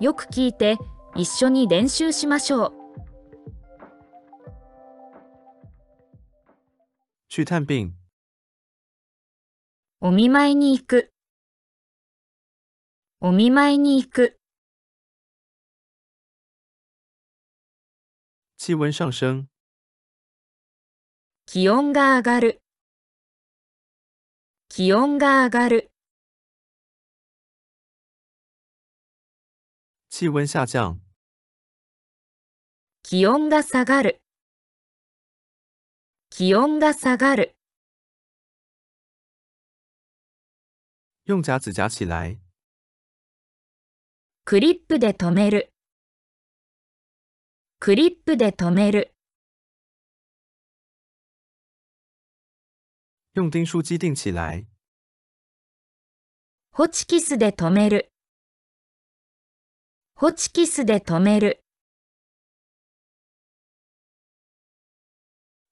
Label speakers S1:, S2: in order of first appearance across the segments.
S1: よく聞いて一緒に練習しましょう
S2: 去探病、
S1: お見舞いに行くお見舞いに行く
S2: 气温上升、
S1: 気温が上がる気温が上がる
S2: 气温下降、
S1: 気温が下がる気温が下がる
S2: 用夹子夹起来、
S1: クリップで止めるクリップで止める
S2: 用订书机订起来、
S1: ホチキスで止めるホチキスで止める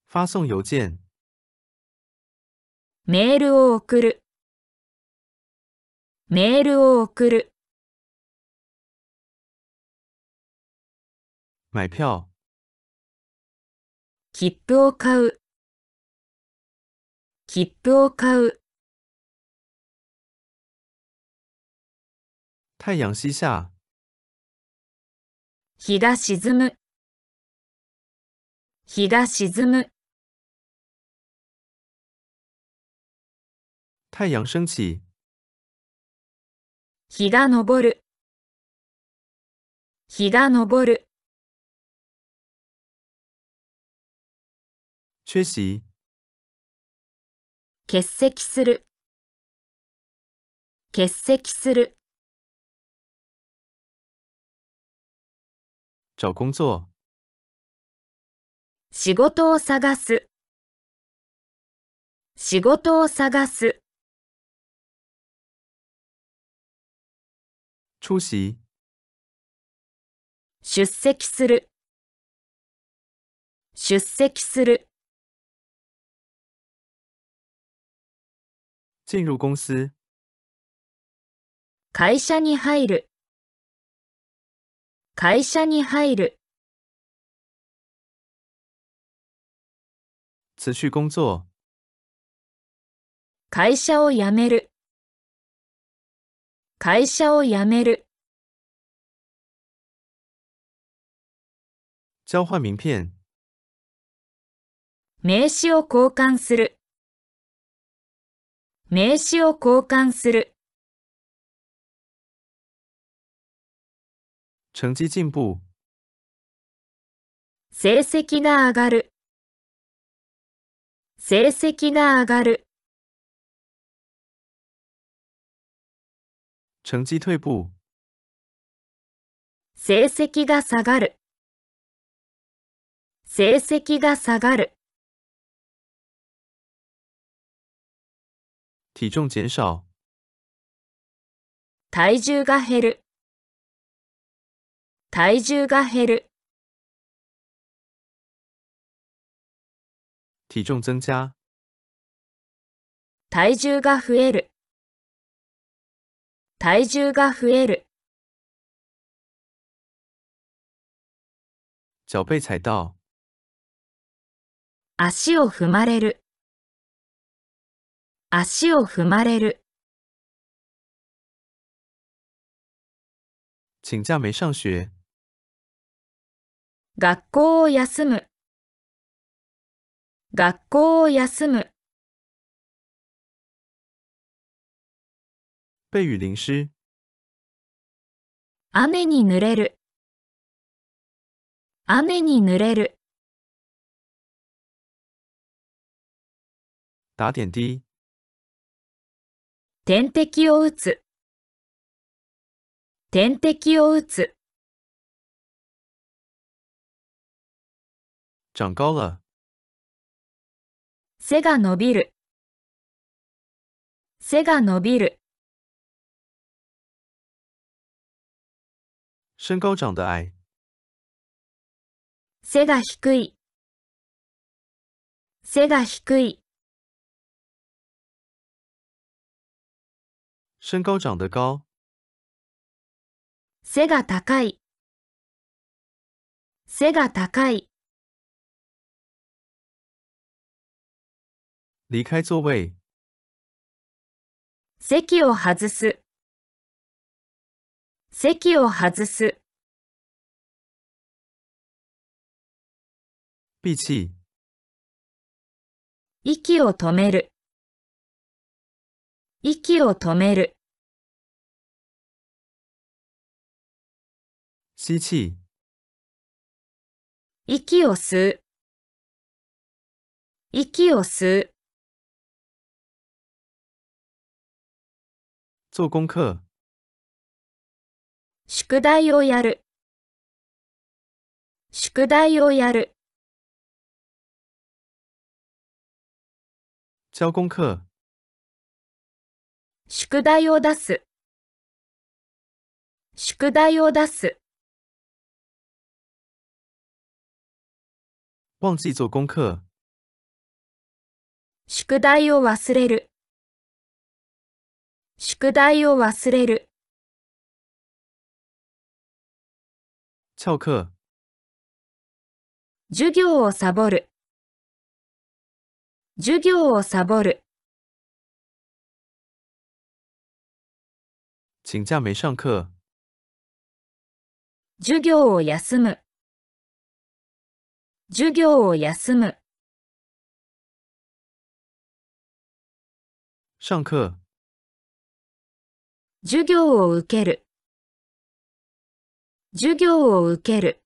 S2: 发送邮件、
S1: メールを送るメールを送る
S2: 买票、
S1: 切符を買う切符を買う
S2: 太阳西下、
S1: 日が沈む日が沈む
S2: 太阳升起、
S1: 日が昇る日が昇る
S2: 缺席、
S1: 欠席する欠席する
S2: 找工作、
S1: 仕事を探す仕事を探す
S2: 出席、
S1: 出席する出席する
S2: 进入公司、
S1: 会社に入る会社に入る
S2: 辞去工作、
S1: 会社を辞める会社を辞める
S2: 交换名片、
S1: 名刺を交換する名刺を交換する
S2: 成绩进步、
S1: 成績が上がる成績が上がる
S2: 成绩退步、
S1: 成績が下がる成績が下がる
S2: 体重减少、
S1: 体重が減る体重が減る
S2: 体重增加、
S1: 体重が増える体重が増える
S2: 脚被踩到、
S1: 足を踏まれる足を踏まれる
S2: 请假没上学、
S1: 学校を休む学校を休む
S2: 被雨淋湿、
S1: 雨に濡れる雨に濡れる
S2: 打点滴、
S1: 点滴を打つ点滴を打つ
S2: 长高了、
S1: 背が伸びる背が伸びる
S2: 身高长得矮、
S1: 背が低い背が低い
S2: 身高长得高、
S1: 背が高い、背が高い、
S2: 离开座位，
S1: 席を外す、席を外す、
S2: 闭气，
S1: 息を止める、息を止める、
S2: 吸气，
S1: 息を吸う、息を吸う、
S2: 做功课，
S1: 宿題をやる、宿題をやる、
S2: 交功课，
S1: 宿題を出す、宿題を出す、
S2: 忘记做功课，
S1: 宿題を忘れる、宿題を忘れる、
S2: 翘课，
S1: 授業をサボる、授業をサボる、
S2: 请假没上课，
S1: 授業を休む、授業を休む、
S2: 上课，
S1: 授業を受ける、授業を受ける、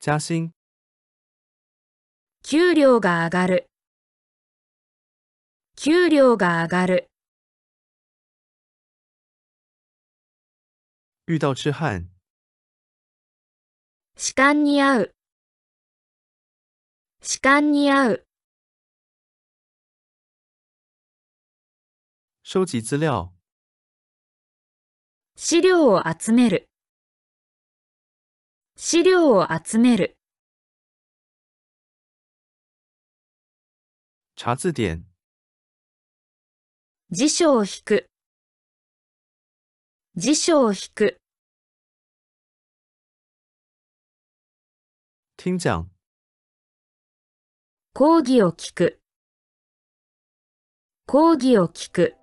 S2: 加薪，
S1: 給料が上がる、給料が上がる、
S2: 遇到痴汉，
S1: 痴漢に合う、痴漢に合う、
S2: 收集资料，
S1: 資料を集める、資料を集める、
S2: 查字典，
S1: 辞書を引く、辞書を引く、
S2: 听讲，
S1: 講義を聞く、講義を聞く。